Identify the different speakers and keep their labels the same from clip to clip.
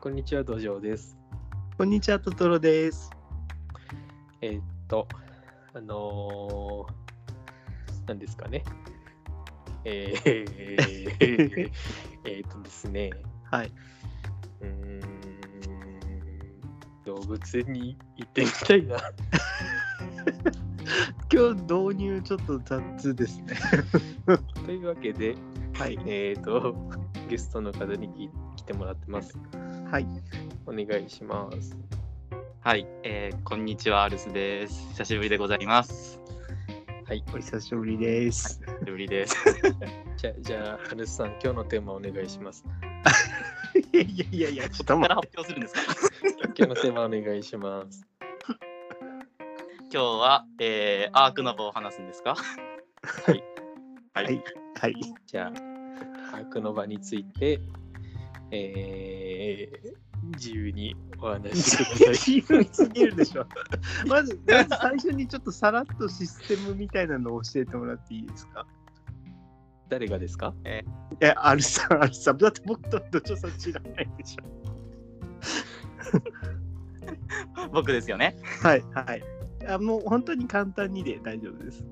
Speaker 1: こんにちは、土壌です。
Speaker 2: こんにちは、トトロです。
Speaker 1: えーっと、あのー、なんですかね。えー、 えーっとですね、
Speaker 2: はい。
Speaker 1: うーん、動物園に行ってみたいな。
Speaker 2: 今日導入ちょっと雑ですね。
Speaker 1: というわけで、
Speaker 2: はい。
Speaker 1: えーっと、ゲストの方にき来てもらってます。
Speaker 2: はい。
Speaker 1: お願いします。
Speaker 3: はい、えーこんにちは、アルスです。久しぶりでございます。
Speaker 1: はい、
Speaker 2: お久しぶりです。
Speaker 3: 久しぶりです。
Speaker 1: じゃあ、じゃあ、アルスさん、今日のテーマお願いします。
Speaker 2: いやいやいや、ちょっと
Speaker 3: ここから
Speaker 2: 待っ
Speaker 3: 発表するんですか
Speaker 1: 今日のテーマお願いします。
Speaker 3: 今日は、えーアークナバを話すんですか
Speaker 1: はい。
Speaker 3: は
Speaker 2: はいて。はい。
Speaker 1: じゃあ、把握の場について、えー、自由にお話しくださ
Speaker 2: 自由 すぎるでしょ。 まず、まず最初にちょっとさらっとシステムみたいなのを教えてもらっていいですか
Speaker 1: い。誰がですか
Speaker 2: え、あるさん、あるさん。だって僕と土壌さん知らないでしょ。
Speaker 3: 僕ですよね。
Speaker 2: はい。はい。あもう本当に簡単にで大丈夫です。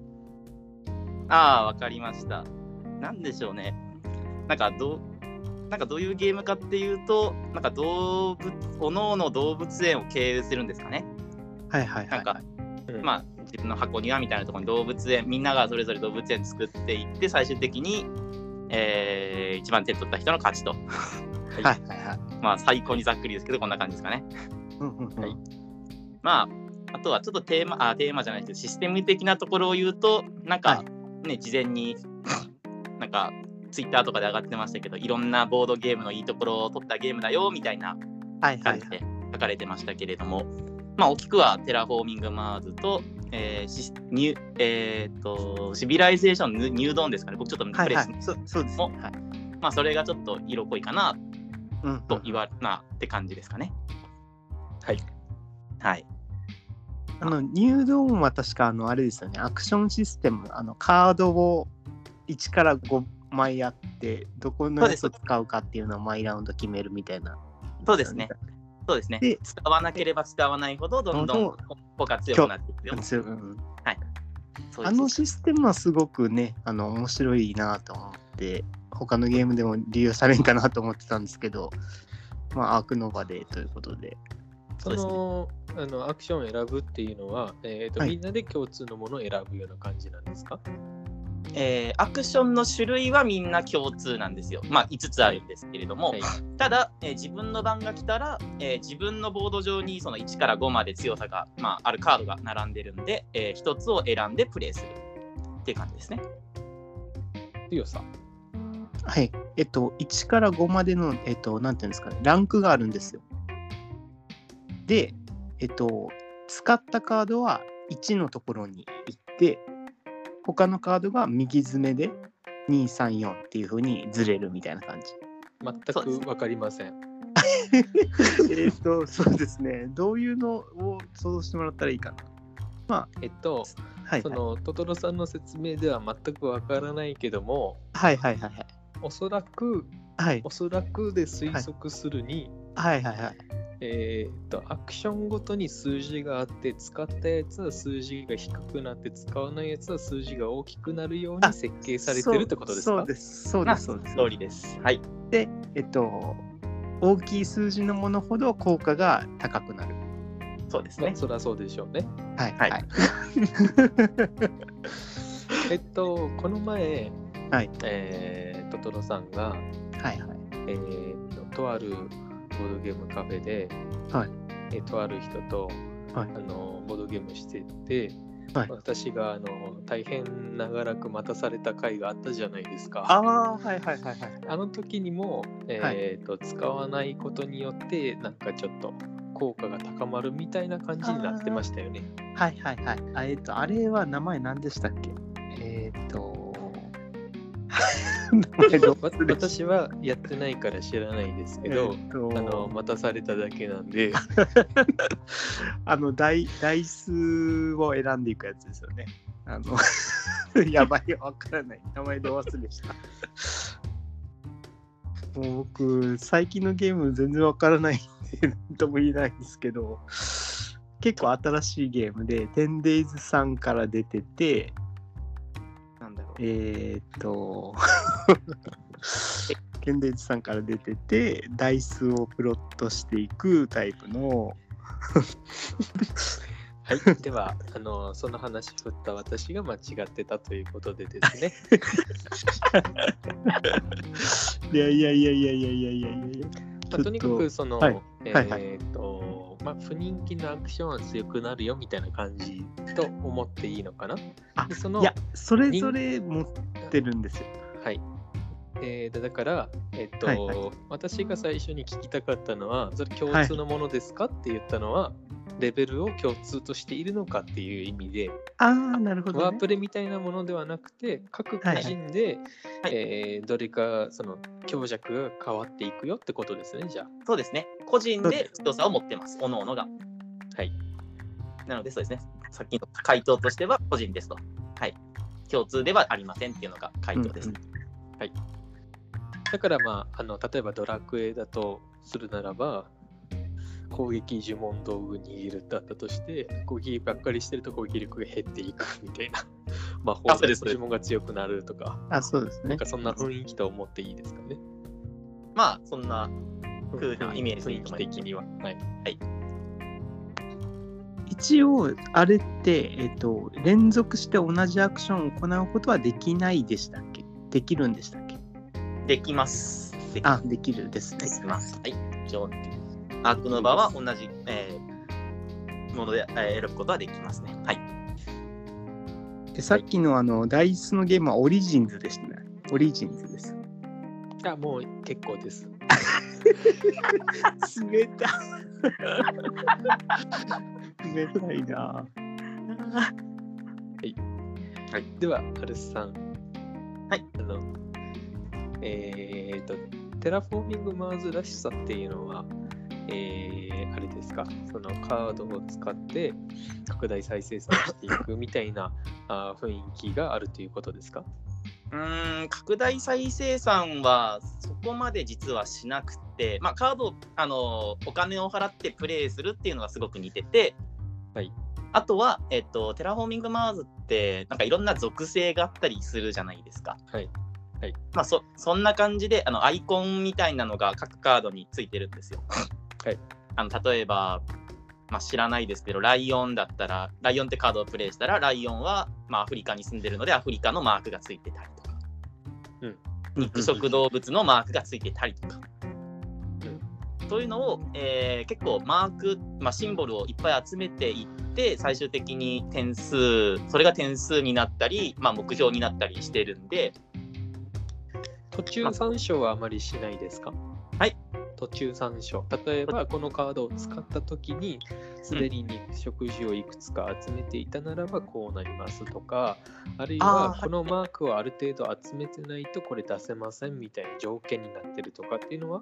Speaker 3: ああ、わかりました。なんでしょうね。なんかどう、なんかどういうゲームかっていうと、なんか動物、おのおの動物園を経営するんですかね。
Speaker 2: はいはい
Speaker 3: なんか、
Speaker 1: うん
Speaker 3: まあ、自分の箱庭みたいなところに動物園、みんながそれぞれ動物園作っていって、最終的に、えー一番手取った人の勝ちと。
Speaker 2: いはいはい。
Speaker 3: まあ最高にざっくりですけどこんな感じですかね。
Speaker 2: うんうんうん
Speaker 1: はい
Speaker 3: まああとはちょっとテーマあテーマじゃないですけどシステム的なところを言うとなん
Speaker 2: は
Speaker 3: かね、事前に なんかツイッターとかで上がってましたけどいろんなボードゲームのいいところを取ったゲームだよみたいな
Speaker 2: はいは
Speaker 3: 感
Speaker 2: い
Speaker 3: じ
Speaker 2: はい。
Speaker 3: で書かれてましたけれども、まあ大きくはテラフォーミングマーズと、えーシスニュえー、とシビライゼーションニュニュードーンですかね僕ちょっと
Speaker 2: は
Speaker 3: プ
Speaker 2: い
Speaker 3: レイ
Speaker 2: は
Speaker 3: し、
Speaker 2: い。そうそうですね。はい。
Speaker 3: まあそれがちょっと色濃いかな
Speaker 2: うんうん
Speaker 3: と言わなって感じですかね。
Speaker 1: はい。
Speaker 3: はい。
Speaker 2: あのニュードーンは確かあのあれですよねアクションシステムあのカードを1から5枚あってどこのやつを使うかっていうのを毎ラウンド決めるみたいな
Speaker 3: そうですね。そうですね
Speaker 2: で。
Speaker 3: 使わなければ使わないほど、どんど
Speaker 2: ど
Speaker 3: ん
Speaker 2: ん
Speaker 3: 効果が強くなっていくよ。
Speaker 2: そううん
Speaker 3: そうで
Speaker 2: あ
Speaker 3: す
Speaker 2: のシステムはすごくねあの面白いなと思って他のゲームでも利用されんかなと思ってたんですけどまあアークノバでということで
Speaker 1: そ
Speaker 3: そうですね
Speaker 1: のあのアクションを選ぶっていうのは、えーと
Speaker 2: はい
Speaker 1: みんなで共通のものを選ぶような感じなんですか
Speaker 3: えーアクションの種類はみんな共通なんですよ。まあ、5つあるんですけれども、
Speaker 1: はい
Speaker 3: ただ、えー自分の番が来たら、えー自分のボード上にその1から5まで強さが、まあ、あるカードが並んでるんで、え1つを選んでプレイするっていう感じですね。
Speaker 1: 強さ。
Speaker 2: はいえっと1から5までのえっとなんていうんですかねランクがあるんですよでえっと使ったカードは1のところに行って他のカードが右詰めで234っていう風にずれるみたいな感じ
Speaker 1: 全
Speaker 3: そうです
Speaker 1: く分かりません。
Speaker 2: えっとそうですねどういうのを想像してもらったらいいかな
Speaker 1: えっと、
Speaker 2: はい
Speaker 1: そ
Speaker 2: はい
Speaker 1: のトトロさんの説明では全く分からないけども、
Speaker 2: はいはいはいはい
Speaker 1: おそらく、
Speaker 2: はい
Speaker 1: おそらくで推測するに、
Speaker 2: はいはいはい
Speaker 1: えーっとアクションごとに数字があって使ったやつは数字が低くなって使わないやつは数字が大きくなるように
Speaker 2: あ
Speaker 1: 設計されてるってことです
Speaker 2: そ
Speaker 1: か
Speaker 2: うですそうですそうです
Speaker 3: 通りです。はい。
Speaker 2: えっと、大きい数字のものほど効果が高くなる。
Speaker 3: そうです
Speaker 1: ま
Speaker 3: ね
Speaker 1: あ。そりゃそうでしょうね。
Speaker 2: はい
Speaker 3: はい
Speaker 2: はい。
Speaker 1: えっとこの前、
Speaker 2: はい
Speaker 1: えートトロさんが、
Speaker 2: はい
Speaker 1: えーっととあるボードゲームカフェで、
Speaker 2: はい
Speaker 1: えーとある人と、
Speaker 2: はい
Speaker 1: あのボードゲームしてて、
Speaker 2: はい
Speaker 1: 私があの大変長らく待たされた回があったじゃないですか。
Speaker 2: ああ、はいはいはいはい。
Speaker 1: あの時にも、えーと使わないことによってなんかちょっと効果が高まるみたいな感じになってましたよね。
Speaker 2: はいはいはい。あえっと、あれは名前何でしたっけえっと、 名前ど
Speaker 1: わ
Speaker 2: うで
Speaker 1: 私
Speaker 2: し
Speaker 1: はやってないから知らないですけど、
Speaker 2: えっと
Speaker 1: あの待たされただけなんで
Speaker 2: あの台、台数を選んでいくやつですよね。あの、やばいよ、わからない。名前でお忘れした。もう僕、最近のゲーム全然わからないんで、なんとも言えないんですけど、結構新しいゲームで、10days さんから出てて、
Speaker 3: なんだろう。
Speaker 2: えー、っと、ケンデイズさんから出てて、ダイスをプロットしていくタイプの、
Speaker 1: はい、では、あのその話振った私が間違ってたということでです ね。
Speaker 2: いやいやいやいやいやいやいやいや
Speaker 1: まあ、とにかくその、
Speaker 2: はい
Speaker 1: え
Speaker 2: はいはい
Speaker 1: ーっと、まあ、不人気のアクションは強くなるよみたいな感じと思っていいのかな。
Speaker 2: あ
Speaker 1: でその
Speaker 2: いや、それぞれ持ってるんですよ。
Speaker 1: はい。えーだだから、えっと、
Speaker 2: はいは
Speaker 1: 私が最初に聞きたかったのは、それ共通のものですか、って言ったのは、レベルを共通としているのかっていう意味で、
Speaker 2: ああ、なるほど、
Speaker 1: ワー
Speaker 2: ね
Speaker 1: プ。レみたいなものではなくて、各個人で、
Speaker 3: はいはい
Speaker 1: えーどれかその強弱が変わっていくよってことですね、じゃあ。
Speaker 3: そうですね。個人で強さを持ってます。おのおのが。
Speaker 1: はい。
Speaker 3: なので、そうですね。さっきの回答としては個人ですと。はい。共通ではありませんっていうのが回答ですね。
Speaker 1: だからまあ、あの例えばドラクエだとするならば、攻撃呪文道具握るだったとして、攻撃ばっかりしてると攻撃力が減っていくみたいな、 魔法
Speaker 3: あそう
Speaker 1: で
Speaker 3: です
Speaker 1: 呪文が強くなるとか、
Speaker 2: あ、そうです
Speaker 1: な
Speaker 2: ね
Speaker 1: んか。そんな雰囲気と思っていいですかね。
Speaker 3: まあ、そんな、風なイメージでい
Speaker 1: 雰囲気
Speaker 3: いと思います
Speaker 1: 的には。はい。
Speaker 2: 一応、あれって、えっと、連続して同じアクションを行うことはできないでしたっけできるんでしたっけ
Speaker 3: できます。でき
Speaker 2: あ、できるですね
Speaker 3: で。きます。はい。じゃあ、アークの場は同じ、えーもので、えー選ぶことはできますね。はい。
Speaker 2: でさっきのあの、ダイスのゲームはオリジンズでしたね。オリジンズです。
Speaker 1: じゃあもう結構です。
Speaker 2: 冷たい。冷たいな。
Speaker 1: では、ハルスさん。
Speaker 3: はい。
Speaker 1: あの、えー、と、テラフォーミングマーズらしさっていうのは、えー、あれですか、そのカードを使って拡大再生産していくみたいなあー雰囲気があるということですか
Speaker 3: うーん拡大再生産はそこまで実はしなくて、まあ、カードをあのお金を払ってプレイするっていうのがすごく似てて、
Speaker 1: はい
Speaker 3: あとは、えっと、テラフォーミングマーズってなんかいろんな属性があったりするじゃないですか、
Speaker 1: はい。
Speaker 3: まあ、そそんな感じであのアイコンみたいなのが各カードについてるんですよ、
Speaker 1: はい、
Speaker 3: あの例えば、まあ、知らないですけどライオンだったらライオンってカードをプレイしたらライオンは、まあ、アフリカに住んでるのでアフリカのマークがついてたりとか。肉食動物のマークがついてたりとか。そういうのを、えー結構マーク、まあ、シンボルをいっぱい集めていって最終的に点数それが点数になったり、まあ、目標になったりしてるんで
Speaker 1: 途中参照はあまりしないですか
Speaker 3: はい。
Speaker 1: 途中参照。例えば、このカードを使ったときに、すでに肉食事をいくつか集めていたならばこうなりますとか、あるい
Speaker 3: あーは
Speaker 1: はいこのマークをある程度集めてないとこれ出せませんみたいな条件になってるとかっていうのは、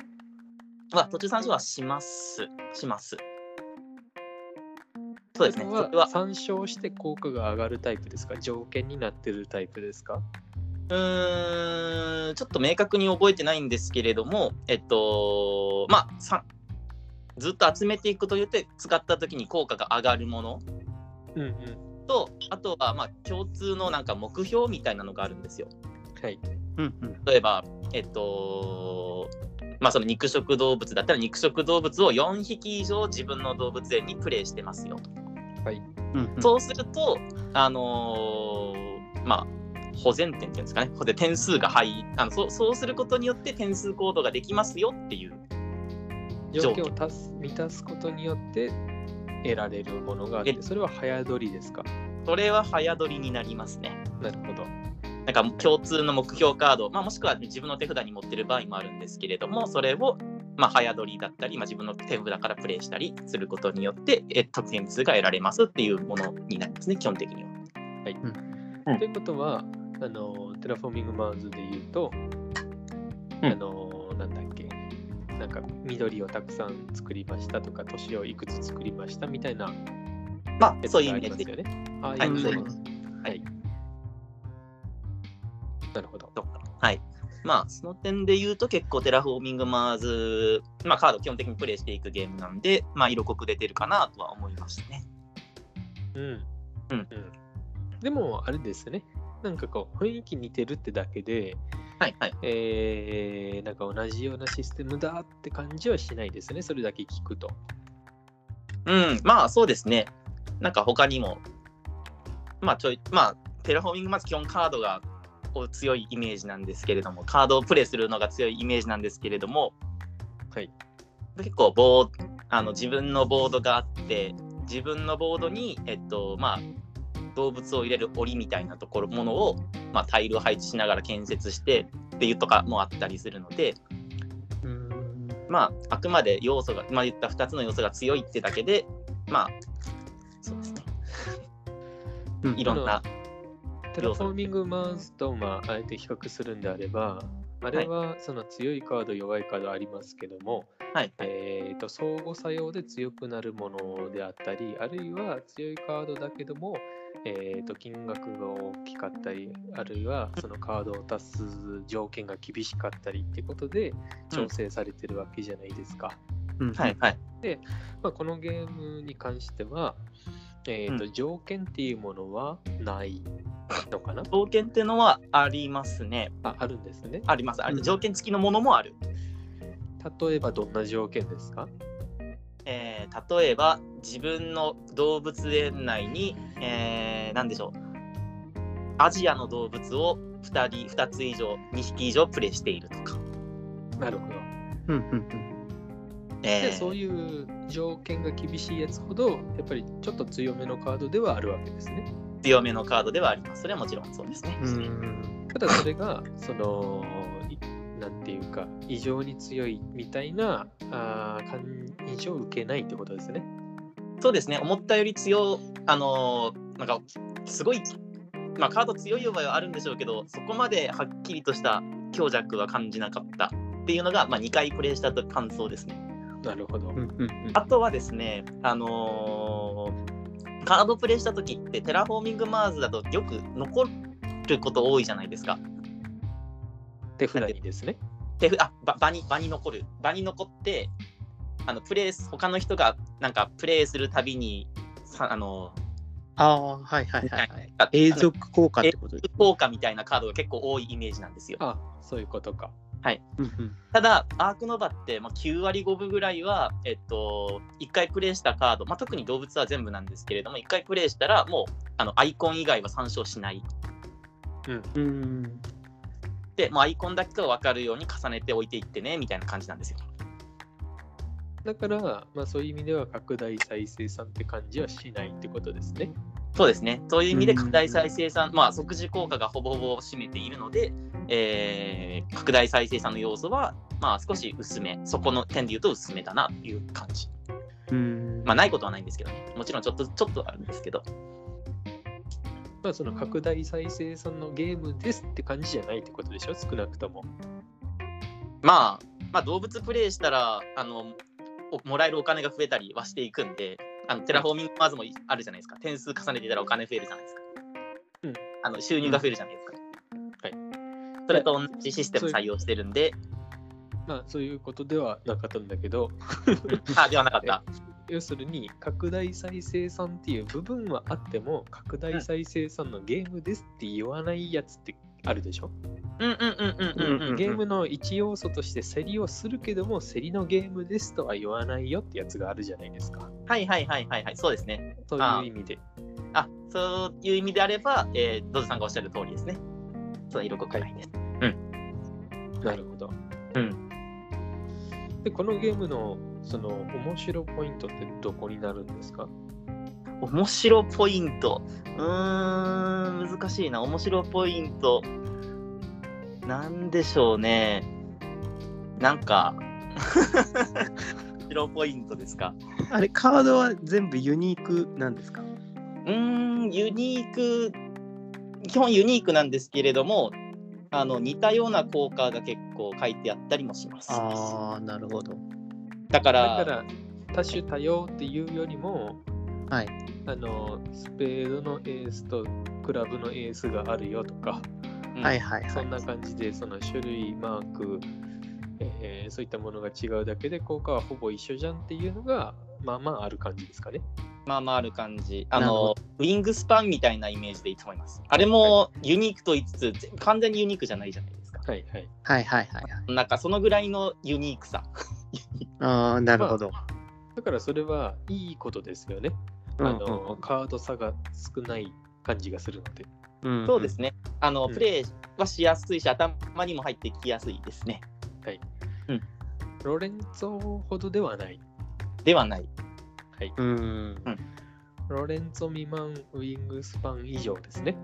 Speaker 3: は途中参照はしますしますそうですねそれは
Speaker 1: 参照して効果が上がるタイプですか条件になってるタイプですか
Speaker 3: うーんちょっと明確に覚えてないんですけれども、えっと、まあ、さずっと集めていくことによって、使った時に効果が上がるもの
Speaker 1: うんうん。
Speaker 3: と、あとは、まあ、共通のなんか目標みたいなのがあるんですよ。
Speaker 1: はい。
Speaker 2: うんうん。
Speaker 3: 例えば、えっと、まあ、その肉食動物だったら、肉食動物を4匹以上自分の動物園にプレイしてますよと。
Speaker 2: うんうん
Speaker 3: そうすると、あのーまあ、保全点っていうんですかね、で点数が入あのそう、そうすることによって点数行動ができますよっていう、
Speaker 1: 条
Speaker 3: 条
Speaker 1: 件
Speaker 3: 件
Speaker 1: を足す満たすことによって得られるものがあって、
Speaker 3: え
Speaker 1: それは早取りですか
Speaker 3: それは早取りになりますね。
Speaker 1: なるほど。
Speaker 3: なんか共通の目標カード、まあ、もしくは自分の手札に持ってる場合もあるんですけれども、それを、まあ、早取りだったり、まあ、自分の手札からプレイしたりすることによって、え得点数が得られますっていうものになりますね、基本的には。
Speaker 2: うん
Speaker 1: ということはあのテラフォーミングマウズで言うと、
Speaker 3: うん
Speaker 1: あのなんだっけなんか緑をたくさん作りましたとか年をいくつ作りましたみたいな
Speaker 3: まあ、
Speaker 1: やつ
Speaker 3: そういう
Speaker 1: が
Speaker 3: 意
Speaker 1: あ
Speaker 3: 味
Speaker 1: り
Speaker 3: で
Speaker 1: ますすよね。ああ
Speaker 3: はいいう
Speaker 1: もの
Speaker 3: そう
Speaker 1: は
Speaker 3: で
Speaker 1: い
Speaker 3: すはい
Speaker 1: なるほど。
Speaker 3: はい。まあ、その点で言うと結構テラフォーミングマーズ、まあカード基本的にプレイしていくゲームなんで、まあ色濃く出てるかなとは思いましたね。
Speaker 1: うん。
Speaker 3: うん
Speaker 1: でも、あれですね。なんかこう、雰囲気似てるってだけで、
Speaker 3: はいはい。
Speaker 1: えー、なんか同じようなシステムだって感じはしないですね。それだけ聞くと。
Speaker 3: うん、まあそうですね。なんか他にも、まあちょい、まあテラフォーミングマーズ基本カードがこう強いイメージなんですけれども、カードをプレイするのが強いイメージなんですけれども、
Speaker 1: はい。
Speaker 3: 結構ボーあの自分のボードがあって自分のボードに、えっとまあ、動物を入れる檻みたいなところものを、まあ、タイルを配置しながら建設してっていうとかもあったりするので、
Speaker 1: うん。
Speaker 3: まあ、あくまで要素が、まあ、言った2つの要素が強いってだけで、まあ、そうですね
Speaker 2: うん
Speaker 3: いろんな、
Speaker 1: テラフォーミングマウスと、まあ、あえて比較するんであれば、あれはその強いカード、弱いカードありますけども、
Speaker 3: はい
Speaker 1: えーと相互作用で強くなるものであったり、あるいは強いカードだけども、えーと金額が大きかったり、あるいはそのカードを足す条件が厳しかったりってことで調整されてるわけじゃないですか。
Speaker 2: うん
Speaker 3: はいはい
Speaker 1: まあ、このゲームに関しては、えーと
Speaker 3: う
Speaker 1: 条件っていうものはないのかな
Speaker 3: 条件っていうのはありますね
Speaker 1: ああるんですね。
Speaker 3: ありますありま
Speaker 2: う
Speaker 3: す
Speaker 2: ん
Speaker 3: 条件付きのものもある、
Speaker 1: 例えばどんな条件ですか
Speaker 3: えー例えば自分の動物園内に、えー、何でしょうアジアの動物を2人2つ以上2匹以上プレイしているとか、
Speaker 1: なるほど。
Speaker 2: うんうん
Speaker 3: え
Speaker 1: でそう
Speaker 3: う
Speaker 1: いう条件が厳しいやつほどやっぱりちょっと強めのカードではあるわけですね。
Speaker 3: 強めのカードではありますそれはもちろんそうですね、
Speaker 2: うんうん
Speaker 1: ただそれ がそのいなんていうか異常に強いみたいなあー感印象を受けないってことですね。
Speaker 3: そうですね思ったより強あのーなんかすごいまあカード強い場合はあるんでしょうけどそこまではっきりとした強弱は感じなかったっていうのが、まあ、2回プレイしたと感想ですね
Speaker 1: なるほど。
Speaker 2: うんうん
Speaker 3: あとはですね、あのーカードプレイした時ってテラフォーミングマーズだとよく残ること多いじゃないですか。
Speaker 1: 手札にですね。
Speaker 3: 手札あば場に場に残る場に残ってあのプレイす他の人がなんかプレイするたびにさあの
Speaker 2: ああはいはいはいはい
Speaker 3: ーあ
Speaker 2: 永続効果ってことで
Speaker 3: あの効果みたいなカードが結構多いイメージなんですよ。
Speaker 1: あそういうことか。
Speaker 2: うんうん
Speaker 3: ただアークノバって、まあ、9割5分ぐらいは、えっと、1回プレイしたカード、まあ、特に動物は全部なんですけれども1回プレイしたらもうあのアイコン以外は参照しない
Speaker 2: うん
Speaker 3: で、もうアイコンだけが分かるように重ねて置いていってねみたいな感じなんですよ。
Speaker 1: だから、まあ、そういう意味では拡大再生産って感じはしないってことですね。
Speaker 3: そうですね。そういう意味で
Speaker 2: うん
Speaker 3: 拡大再生産、まあ即時効果がほぼほぼ占めているので、えー拡大再生産の要素は、まあ少し薄め、そこの点で言うと薄めだなという感じ。
Speaker 2: うん
Speaker 3: まあないことはないんですけどね。もちろんちょっと、ちょっとあるんですけど。
Speaker 1: まあ、その拡大再生産のゲームですって感じじゃないってことでしょ少なくとも。
Speaker 3: まあ、まあ動物プレイしたら、あの、おもらえるお金が増えたりはしていくんで、あのテラフォーミングマーズもあるじゃないですか。点数重ねていたらお金増えるじゃないですか。
Speaker 1: うん
Speaker 3: あの収入が増えるじゃないですか。
Speaker 1: はい。
Speaker 3: それと同じシステム採用してるんで、
Speaker 1: まあ、そういうことではなかったんだけど、
Speaker 3: あ、ではなかった。
Speaker 1: 要するに拡大再生産っていう部分はあっても拡大再生産のゲームですって言わないやつってあるでしょ、
Speaker 3: うんうんうんうんうんうん。
Speaker 1: ゲームの一要素として競りをするけども競りのゲームですとは言わないよってやつがあるじゃないですか
Speaker 3: はいはいはいはいはい、そうですね。
Speaker 1: そういう意味で
Speaker 3: あ、そういう意味であれば、えー、ドズさんがおっしゃる通りですね。その色濃くないです。
Speaker 1: なるほど、
Speaker 3: うん
Speaker 1: でこのゲームのその面白ポイントってどこになるんですか
Speaker 3: 面白ポイント。うーん、難しいな。面白ポイント。なんでしょうね。なんか、 面白ポイントですか。
Speaker 2: あれカードは全部ユニークなんですか
Speaker 3: うーん、ユニーク、基本ユニークなんですけれども、あの似たような効果が結構書いてあったりもします。
Speaker 2: ああなるほど
Speaker 3: だ
Speaker 1: だ
Speaker 3: か
Speaker 1: か
Speaker 3: ら、
Speaker 1: ら多種多様っていうよりも
Speaker 2: はい
Speaker 1: あのスペードのエースとクラブのエースがあるよとか
Speaker 3: うん
Speaker 2: はいはいは
Speaker 1: そ
Speaker 2: い
Speaker 1: ん。な感じでその種類マーク、えーそういったものが違うだけで効果はほぼ一緒じゃんっていうのがまあまあある感じですかね。
Speaker 3: まあまあある感じ。あ
Speaker 2: なるほ
Speaker 3: の、ウィングスパンみたいなイメージでいいと思います。あれもユニークと言いつつ、全完全にユニークじゃないじゃないですか。
Speaker 1: はいはい。
Speaker 2: はいはいはいはい。
Speaker 3: なんかそのぐらいのユニークさ。
Speaker 2: ああ、なるほど。
Speaker 1: だからそれはいいことですよね。
Speaker 2: うん
Speaker 1: あの、カード差が少ない感じがするので。
Speaker 2: うんうん
Speaker 3: そうですね。あの、
Speaker 1: うん
Speaker 3: プレイはしやすいし、頭にも入ってきやすいですね。
Speaker 1: ロレンツォほどではない。
Speaker 3: ではない。
Speaker 1: はい。
Speaker 2: うん。
Speaker 1: ロレンツォ未満ウィングスパン以上ですね。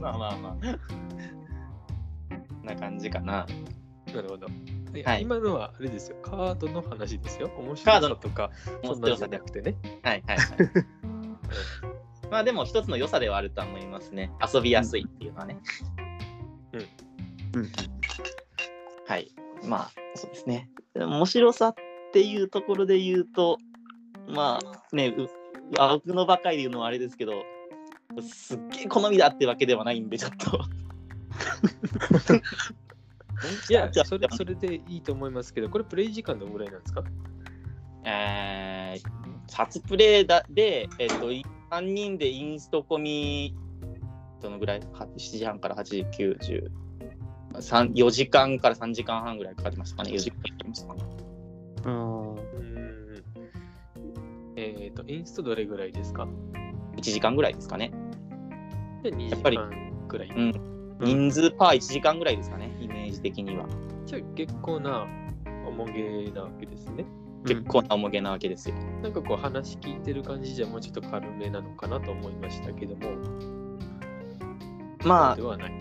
Speaker 3: まあまあまあ。な感じかな。
Speaker 1: なるほど。いや
Speaker 3: はい
Speaker 1: 今のはあれですよ。カードの話ですよ。面
Speaker 3: カ
Speaker 1: 白
Speaker 3: ード
Speaker 1: さ
Speaker 3: の
Speaker 1: とか、そんなん
Speaker 3: 面白
Speaker 1: じゃ
Speaker 3: さで
Speaker 1: なくてね。
Speaker 3: はいはいはい。 まあでも一つの良さではあると思いますね。遊びやすいっていうのはね。
Speaker 2: うん
Speaker 3: はい。まあそうですね。面白さっていうところで言うと、まあね、うあ僕のばかりで言うのはあれですけど、すっげえ好みだってわけではないんで、ちょっと。
Speaker 1: いや、
Speaker 3: じゃあ
Speaker 1: それそれでいいと思いますけど、これプレイ時間どのぐらいなんですか
Speaker 3: えー初プレイだで、えっと3人でインスト込みどのぐらいは ?7 時半から8時9 0 4時間から3時間半ぐらいかかりましたかね。4時間かかりましたかね。
Speaker 2: うん
Speaker 1: うーん。えっ、と、インストどれぐらいですか
Speaker 3: 1時間ぐらいですかね。
Speaker 1: で ?2
Speaker 3: や
Speaker 1: 時
Speaker 3: っぱり
Speaker 1: 間ぐらい。
Speaker 3: うん人数パー1時間ぐらいですかね、イメージ的には。
Speaker 1: じゃあ結構な重げなわけですね。
Speaker 3: 結構な重げなわけですよ。
Speaker 1: なんかこう話聞いてる感じじゃもうちょっと軽めなのかなと思いましたけども、
Speaker 3: まあ
Speaker 1: そうではない。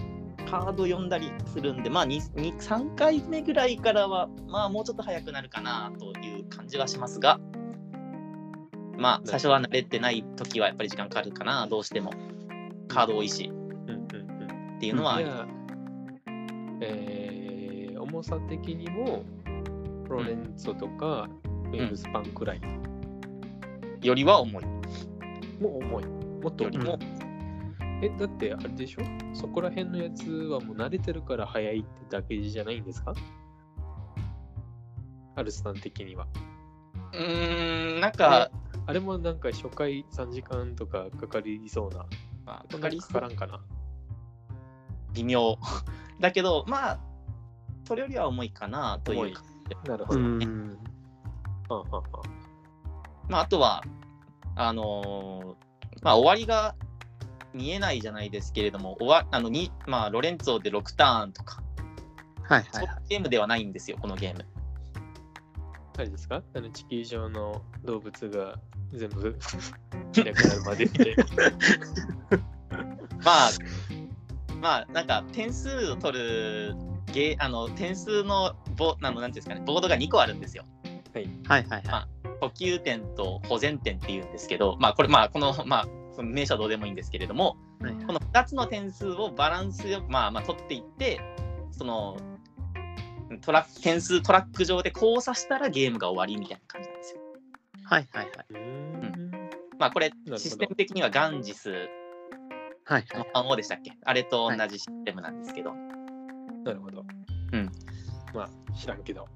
Speaker 3: カード読んだりするんで、まあ、2 2 3回目ぐらいからは、まあ、もうちょっと早くなるかなという感じはしますが、まあ、最初は慣れてない時はやっぱり時間かかるかな、どうしても。カード多いし
Speaker 1: うんうんうん。
Speaker 3: っていうのは、
Speaker 1: いや、えー重さ的にも、ロレンツォとか、ウェブスパンくらい
Speaker 3: よりは重い。
Speaker 1: も重い。もっと
Speaker 3: よ
Speaker 1: 重
Speaker 3: り
Speaker 1: い。
Speaker 3: も、
Speaker 1: え、だってあれでしょそこら辺のやつはもう慣れてるから早いってだけじゃないんですかアルスさん的には。
Speaker 3: うーん、なんか、
Speaker 1: あれもなんか初回3時間とかかかりそうな。
Speaker 3: まあ、
Speaker 1: そ
Speaker 3: か
Speaker 1: ん
Speaker 3: か
Speaker 1: な
Speaker 3: り
Speaker 1: に
Speaker 3: そ
Speaker 1: か
Speaker 3: う
Speaker 1: からんかな。
Speaker 3: 微妙。 だけど、まあ、それよりは重いかなと
Speaker 1: 重
Speaker 3: い
Speaker 1: いう
Speaker 3: 感じ。
Speaker 1: なるほ
Speaker 2: う
Speaker 1: ど。
Speaker 2: ん。
Speaker 3: ね
Speaker 2: うん
Speaker 1: はんはんは
Speaker 3: まあ、あとは、あのーまあ、終わりが見えないじゃないですけれども、終わあのにまあ、ロレンツォで6ターンとか、
Speaker 2: はいは
Speaker 3: そう
Speaker 2: い
Speaker 3: いう。ゲームではないんですよ、このゲーム。
Speaker 1: あれですかあの地球上の動物が全部 いなくなるまでみたいな。
Speaker 3: まあ、まあ、なんか点数を取るゲーあの点数のボあのなんていうんですかね、ボードが2個あるんですよ。
Speaker 2: はいはい
Speaker 3: ま
Speaker 2: は
Speaker 3: あ補給点と保全点っていうんですけど、まあ、これ、まあ、この、まあ、その名称はどうでもいいんですけれども、
Speaker 2: い。はい
Speaker 3: この2つの点数をバランスよく、まあ、まあ取っていってそのトラック点数トラック上で交差したらゲームが終わりみたいな感じなんですよ。
Speaker 2: はいはいはい。
Speaker 1: うーん
Speaker 3: まあこれ
Speaker 1: ほど
Speaker 3: システム的にはガンジス
Speaker 2: はいは
Speaker 3: の
Speaker 2: い。
Speaker 3: 暗号でしたっけあれと同じシステムなんですけど、
Speaker 1: なるほど。
Speaker 3: うん。
Speaker 1: まあ、知らんけ ど。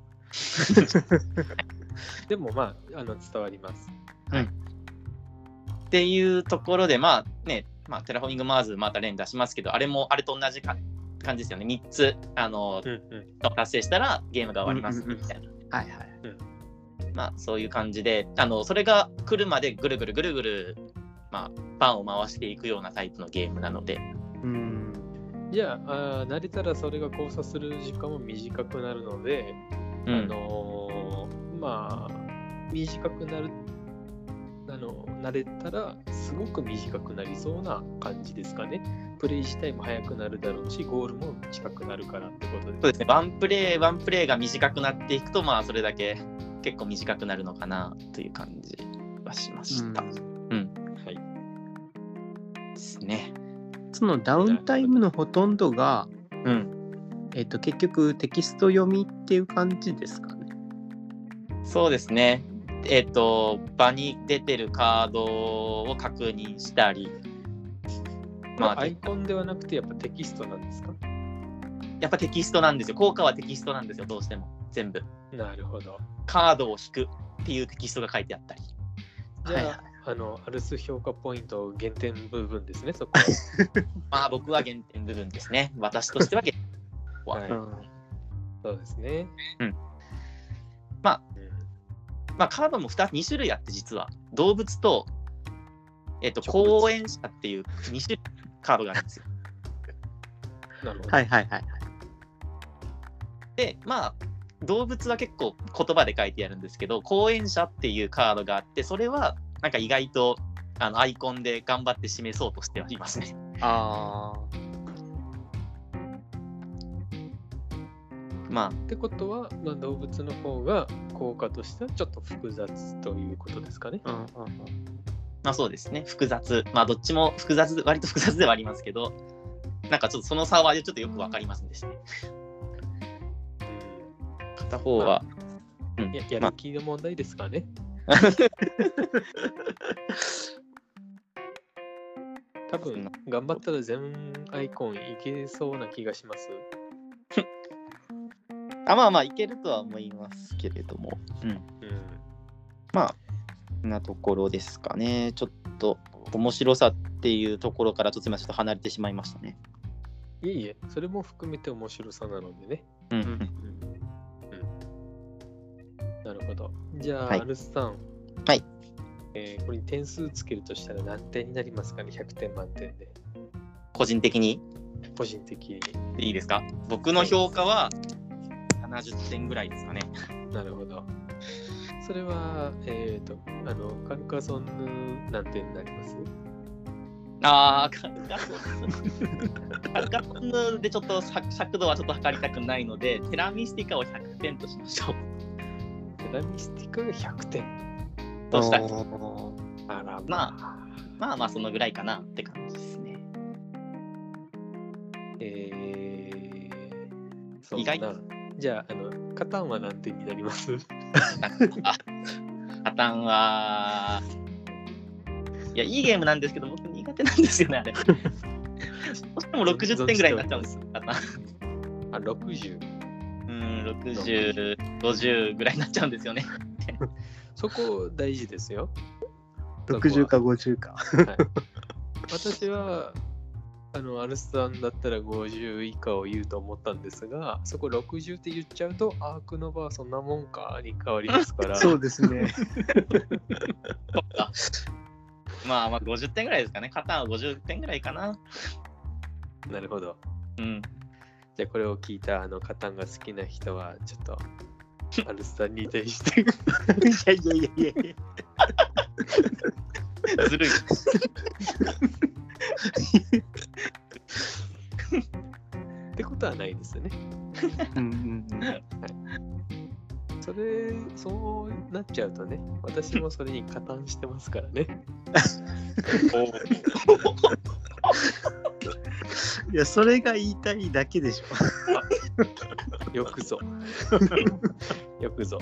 Speaker 1: でもまあ、あの伝わります。
Speaker 3: っていうところでまあね、まあ、テラフォーミングマーズまた例に出しますけどあれもあれと同じか感じですよね3つあの
Speaker 1: うんうん。
Speaker 3: 達成したらゲームが終わりますみたいな。
Speaker 2: はいはい。
Speaker 3: まあそういう感じで、あのそれが来るまでぐるぐるぐるぐる、まあ、パンを回していくようなタイプのゲームなので、
Speaker 2: うん。
Speaker 1: じゃああー慣れたらそれが交差する時間も短くなるので、
Speaker 3: うん
Speaker 1: あのーまあ短くなるあの慣れたらすごく短くなりそうな感じですかねプレイ自体も早くなるだろうしゴールも近くなるからってことで
Speaker 3: そうですね、ワンプレイ、ワンプレイが短くなっていくと、まあそれだけ結構短くなるのかなという感じはしました。
Speaker 1: はい、
Speaker 3: ですね。
Speaker 2: そのダウンタイムのほとんどが、
Speaker 3: うん、
Speaker 2: えっと、結局テキスト読みっていう感じですかね。
Speaker 3: そうですね。えっと、場に出てるカードを確認したり、
Speaker 1: ま
Speaker 3: まあ
Speaker 1: あ、アイコンではなくて、やっぱテキストなんですか
Speaker 3: やっぱテキストなんですよ。効果はテキストなんですよ、どうしても。全部。
Speaker 1: なるほど。
Speaker 3: カードを引くっていうテキストが書いてあったり。
Speaker 1: じゃあ、
Speaker 2: はいはい
Speaker 1: あの、アルス評価ポイント減点部分ですね、そ こ。
Speaker 3: まあ僕は減点部分ですね。私としては減点。
Speaker 1: はい、
Speaker 2: うん
Speaker 1: そうですね。
Speaker 3: うんまあ
Speaker 1: うん、
Speaker 3: まあカードも 2, 2種類あって実は。動物と、えっと、
Speaker 1: 植物
Speaker 3: 公演者っていう2種類カードがあるんですよ。
Speaker 1: なるほど。
Speaker 2: はいはいはい。
Speaker 3: で、まあ、動物は結構言葉で書いてあるんですけど、講演者っていうカードがあって、それはなんか意外とあのアイコンで頑張って示そうとしてはいますね。
Speaker 2: あ
Speaker 3: ま
Speaker 1: ってことは、まあ、動物の方が効果としてはちょっと複雑ということですかね。
Speaker 2: あ。うんうんうん。
Speaker 3: あ、まあそうですね。複雑。まあどっちも複雑、割と複雑ではありますけど、なんかちょっとその差はちょっとよくわかりませんでしたね。片方は。うん
Speaker 1: いやや
Speaker 3: まあ
Speaker 1: る気の問題ですか ね。多分頑張ったら全アイコンいけそうな気がします。
Speaker 3: あまあまあ、いけるとは思いますけれども。うん。
Speaker 1: うん、
Speaker 3: こんなところですかね。ちょっと面白さっていうところからちょっと今ちょっと離れてしまいましたね。
Speaker 1: いえいえ、それも含めて面白さなのでね。
Speaker 3: うん
Speaker 2: うん
Speaker 1: なるほど。じゃあ、
Speaker 3: はい
Speaker 1: アルスさん。
Speaker 3: はい。
Speaker 1: えーこれに点数つけるとしたら何点になりますかね ?100 点満点で。
Speaker 3: 個人的に
Speaker 1: 個人的に。
Speaker 3: いいですか僕の評価は70点ぐらいですかね。
Speaker 1: なるほど。それは、えっ、と、あの、カルカソンヌ何点になります
Speaker 3: ああ、カルカソンカルカソンヌでちょっと尺尺度はちょっと測りたくないので、テラミスティカを100点としましょう。
Speaker 1: テラミスティカが100点。
Speaker 3: どうした
Speaker 1: あら、
Speaker 3: ま
Speaker 1: あ。
Speaker 3: まあまあ、そのぐらいかなって感じですね。
Speaker 1: えー、そう
Speaker 3: 意外
Speaker 1: なじゃあ、あの、カタンは何点になります
Speaker 3: 破綻は。いや、いいゲームなんですけど、僕苦手なんですよね、あれ。どうしても60点ぐらいになっちゃうんですよ、破綻。
Speaker 1: あ、60。
Speaker 3: うん、60、50ぐらいになっちゃうんですよね。
Speaker 1: そこ大事ですよ。
Speaker 2: 60か50か。
Speaker 1: は い、私はあのアルスさんだったら50以下を言うと思ったんですがそこ60って言っちゃうとアークノバはそんなもんかに変わりますから
Speaker 2: そうですね。
Speaker 3: まあまあ、50点ぐらいですかね。カタンは50点ぐらいかな。
Speaker 1: なるほど
Speaker 3: うん。
Speaker 1: じゃあこれを聞いたあのカタンが好きな人はちょっ とアルスさんに対して
Speaker 2: いやいやいやいやいや。
Speaker 3: ず るい。
Speaker 1: ってことはないですよね
Speaker 2: うんうんうん。
Speaker 1: それそうなっちゃうとね私もそれに加担してますから ね
Speaker 2: いや、それが言いたいだけでしょ。
Speaker 1: よく ぞよくぞ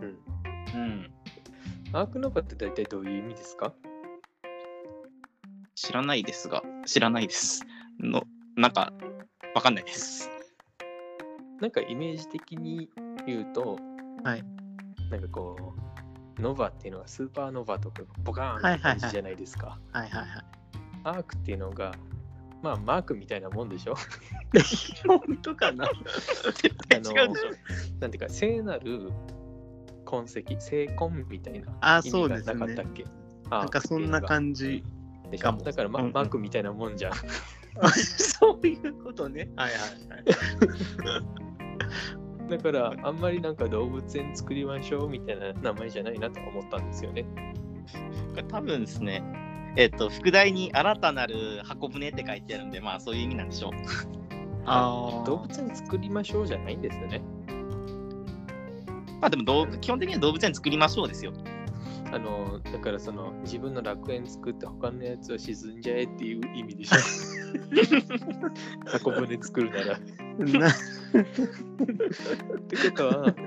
Speaker 1: うん
Speaker 3: うん。
Speaker 1: アークノバって大体どういう意味ですか
Speaker 3: 知らないですが、知らないです。の、なんか、わかんないです。
Speaker 1: なんかイメージ的に言うと、
Speaker 2: はい
Speaker 1: なんかこう、ノバっていうのがスーパーノバとかボカーン
Speaker 2: はい
Speaker 1: って
Speaker 2: はいはい
Speaker 1: 感じじゃないですか。
Speaker 2: はいはいはい。
Speaker 1: アークっていうのが、まあマークみたいなもんでしょ
Speaker 3: 本当かな絶対 違うでしょ。
Speaker 1: なんていうか、聖なる痕跡、聖痕みたいな
Speaker 2: あ、
Speaker 1: 意
Speaker 2: そうで
Speaker 1: 味
Speaker 2: す
Speaker 1: がなかった
Speaker 2: ね
Speaker 1: っ。け
Speaker 2: なんかそんな感じ。
Speaker 1: じ
Speaker 2: かも
Speaker 1: だから、ま
Speaker 2: うんうん
Speaker 1: マークみたいなもんじ ゃん。
Speaker 2: そういうことね。はいはいはい。
Speaker 1: だからあんまりなんか動物園作りましょうみたいな名前じゃないなとは思ったんですよね。
Speaker 3: これ多分ですね、えっと、副題に新たなる箱舟って書いてあるんで、まあそういう意味なんでしょう。
Speaker 2: あ
Speaker 1: 動物園作りましょうじゃないんですよね。
Speaker 3: まあでも動物、基本的には動物園作りましょうですよ。
Speaker 1: あのだからその自分の楽園作って他のやつは沈んじゃえっていう意味でしょ箱舟作るなら。っ
Speaker 2: あ。な
Speaker 1: てことはって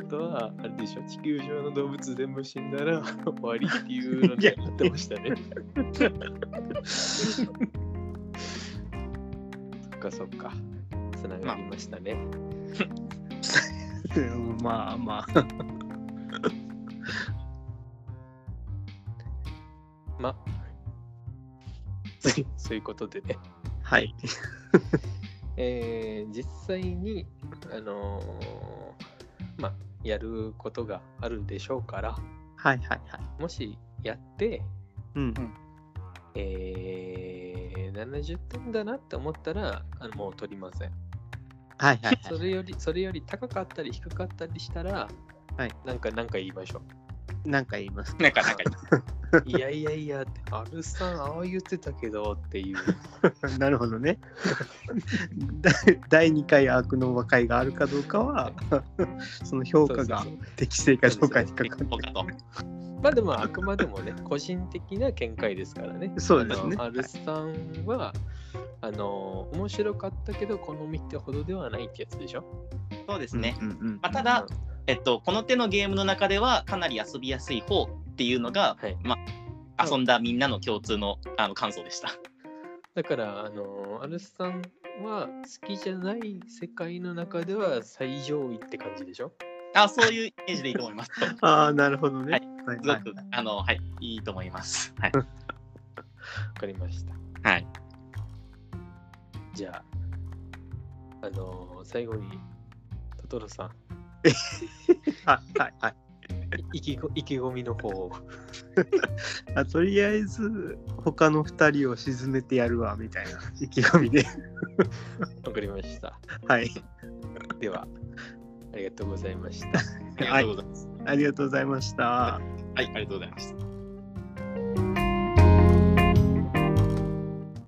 Speaker 1: ことは、あれでしょ、地球上の動物全部死んだら終わりっていうのになってましたね。そっかそっか。つながりましたね。
Speaker 2: まあまあ。
Speaker 1: まそういうことでね。
Speaker 2: はい。
Speaker 1: えー実際に、あのーまあ、やることがあるでしょうから、
Speaker 2: はいはいはい。
Speaker 1: もしやって、
Speaker 2: うん。
Speaker 1: えー70点だなって思ったらあのもう取りません。
Speaker 2: はいはい
Speaker 1: そ
Speaker 2: はい。
Speaker 1: れよりそれより高かったり低かったりしたら、
Speaker 2: はい
Speaker 1: なんかなんか言いましょ
Speaker 2: なんか言います。
Speaker 3: なんかなんか
Speaker 1: う。いやいやいやって、あるさん、ああ言ってたけどっていう。
Speaker 2: なるほどね。 だ第2回アークの和解があるかどうかは、 その評価が
Speaker 1: そうそう
Speaker 2: 適正かどうかにかか
Speaker 3: 言
Speaker 2: っ
Speaker 3: おうかと。
Speaker 1: そうまあでもあくまでも ね、個人的な見解ですからね。
Speaker 2: て。そうですね。
Speaker 1: アルさんは、あの、面白かったけど、好みってほどではないってやつでしょ。
Speaker 3: そうですね。
Speaker 2: うんうん
Speaker 3: まあ、ただ、えっと、この手のゲームの中ではかなり遊びやすい方っていうのが、
Speaker 1: はい
Speaker 3: まあ、遊んだみんなの共通のあの感想でした。
Speaker 1: だから、あの、アルさんは好きじゃない世界の中では最上位って感じでしょ。
Speaker 3: あそういうイメージでいいと思います。す
Speaker 2: ああ、なるほどね。
Speaker 3: はい
Speaker 2: はい
Speaker 3: ご
Speaker 2: はい
Speaker 3: く、あの、はい、いいと思います。はい。
Speaker 1: わかりました。
Speaker 3: はい。
Speaker 1: じゃあ、あの、最後に、トトロさん、
Speaker 2: はいはいはい
Speaker 1: 意気ご意気込みの方を。
Speaker 2: あとりあえず他の2人を沈めてやるわみたいな意気込みで
Speaker 1: わかりました。
Speaker 2: はい
Speaker 1: では、ありがとうございました。
Speaker 3: ありがとうございます。
Speaker 2: ありがとうございました。
Speaker 3: はい、ありがとうございました。